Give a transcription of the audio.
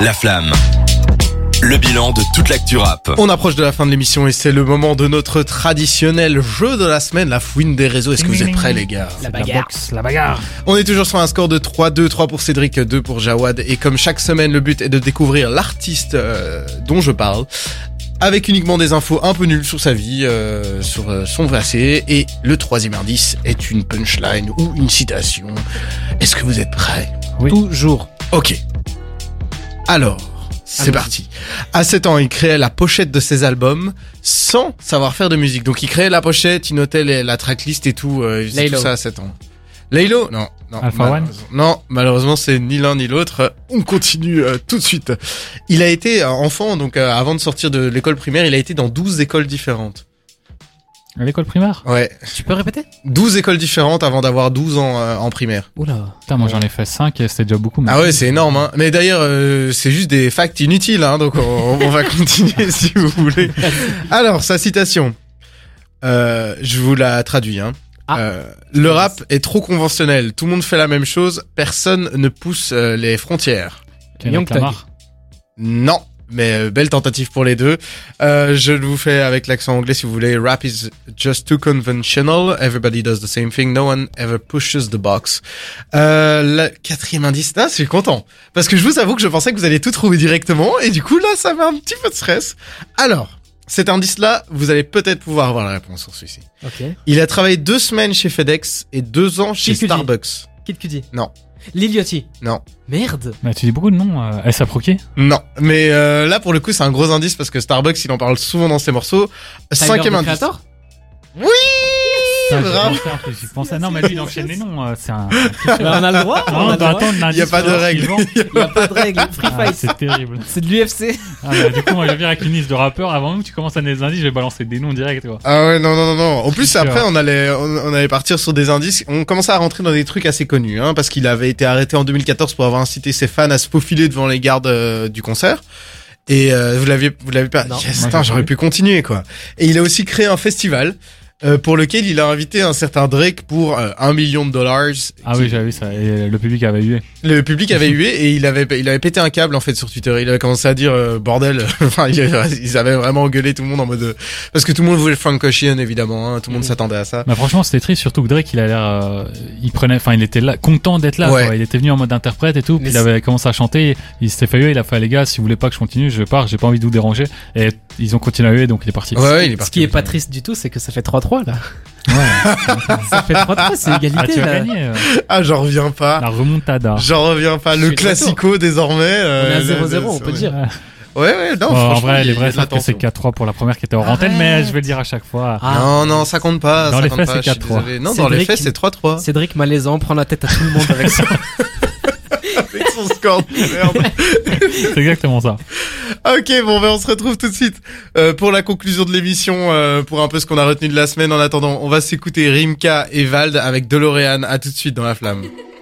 La flamme. Le bilan de toute l'actu rap. On approche de la fin de l'émission et c'est le moment de notre traditionnel jeu de la semaine, la fouine des réseaux. Est-ce que vous êtes prêts les gars La bagarre. la bagarre. On est toujours sur un score de 3-2, 3 pour Cédric, 2 pour Jawad. Et comme chaque semaine, le but est de découvrir l'artiste euh, dont je parle avec uniquement des infos un peu nulles sur sa vie, euh, sur euh, son passé. Et le troisième indice est une punchline ou une citation. Est-ce que vous êtes prêts Oui. Toujours. Ok. Alors, c'est Allons-y. parti. À 7 ans, il créait la pochette de ses albums sans savoir faire de musique. Donc il créait la pochette, il notait les- la tracklist et tout. euh, il faisait tout Laylo. ça à 7 ans. Laylo Non, non. Alpha malheureusement- Non, malheureusement, c'est ni l'un ni l'autre. Euh, On continue euh, tout de suite. Il a été euh, enfant, donc euh, avant de sortir de l'école primaire, il a été dans 12 écoles différentes. À l'école primaire Ouais. Tu peux répéter 12 écoles différentes avant d'avoir 12 ans euh, en primaire. Oula. Putain, moi j'en ai fait 5 et c'était déjà beaucoup. mais- Ah ouais, c'est énorme. Hein. Mais d'ailleurs, euh, c'est juste des facts inutiles, hein, donc on, on va continuer si vous voulez. Alors, sa citation. Euh, je vous la traduis. Hein. Ah. Euh, le rap est trop conventionnel. Tout le monde fait la même chose. Personne ne pousse euh, les frontières. Young Kendrick Lamar. Non, mais euh, belle tentative pour les deux. Euh, je le vous fais avec l'accent anglais si vous voulez. Rap is just too conventional. Everybody does the same thing. No one ever pushes the box. Euh, le quatrième indice. Ah, je suis content. Parce que je vous avoue que je pensais que vous allez tout trouver directement. Et du coup, là, ça m'a un petit peu de stress. Alors, cet indice-là, vous allez peut-être pouvoir avoir la réponse sur celui-ci. Ok. Il a travaillé deux semaines chez FedEx et deux ans chez Kikuchi. Starbucks. Kid Cudi. Non. Lil Yachty. Non. Merde. Mais Bah, tu dis beaucoup de noms. Euh, S.A. Proki Non, mais euh, là pour le coup c'est un gros indice parce que Starbucks il en parle souvent dans ses morceaux. Tyler, Cinquième le indice. Creator Putain, j'ai bravo. pensé, en plus, j'y pensais. Non, mais lui il enchaîne les noms. euh, C'est un. un- Bah, on a le droit. on Non, a le bah, droit. attends, on Y a indice pas de pour règle. suivant. Il y a pas de règle. Free Ah, fight. C'est terrible. C'est de l'UFC. Ah, bah, du coup, moi je viens avec une liste de rappeurs. Avant même que tu commences à donner des indices, je vais balancer des noms direct. Quoi. Ah ouais non non non non. En plus Sûr. après on allait on, on allait partir sur des indices. On commençait à rentrer dans des trucs assez connus hein, parce qu'il avait été arrêté en 2014 pour avoir incité ses fans à se faufiler devant les gardes euh, du concert. Et euh, vous l'aviez vous l'avez pas. Non. Yes, Moi, putain, j'ai j'aurais pas pu continuer quoi. Et il a aussi créé un festival. euh, pour lequel il a invité un certain Drake pour euh, un million de dollars. Ah qui- oui, j'avais vu ça. Et le public avait eu. Le public avait hué et il avait il avait pété un câble en fait sur Twitter. Il avait commencé à dire euh, bordel. Enfin, il- ils avaient vraiment engueulé tout le monde en mode euh, parce que tout le monde voulait Frank Ocean évidemment. hein. tout le monde Mhm. s'attendait à ça. Bah franchement c'était triste surtout que Drake il a l'air euh, il prenait enfin il était là content d'être là Ouais. quoi. il était venu en mode interprète et tout puis Mais il avait commencé à chanter il s'était fait huer il a fait "Ah, les gars si vous voulez pas que je continue je pars j'ai pas envie de vous déranger et ils ont continué à huer donc il est parti Ouais, ouais, il est Ce parti. qui est pas triste du tout, c'est que ça fait 3-3 là. Ouais. Ça fait 3-3, c'est ah égalité tu as là. gagné euh, Ah, j'en reviens pas. la remontada J'en reviens pas. Je Le suis de classico désormais. On est euh, à le- 0-0, le- on peut dire. Ouais, ouais, non. Bon, en franchement, il vrai y a les de vrais la savent que c'est tension. 4-3 pour la première qui était hors Arrête. antenne mais je vais le dire à chaque fois Ah, Non, non, ça compte pas. Dans ça les compte faits, pas, c'est je suis 4-3. désolé. Non, C'est dans les Drake faits, qui- c'est 3-3. Cédric Malaisan prend la tête à tout le monde avec ça. Avec son score de merde. c'est exactement ça Ok, bon, ben on se retrouve tout de suite euh, pour la conclusion de l'émission, euh, pour un peu ce qu'on a retenu de la semaine. En attendant, on va s'écouter Rimka et Vald avec DeLorean. À tout de suite dans la flamme.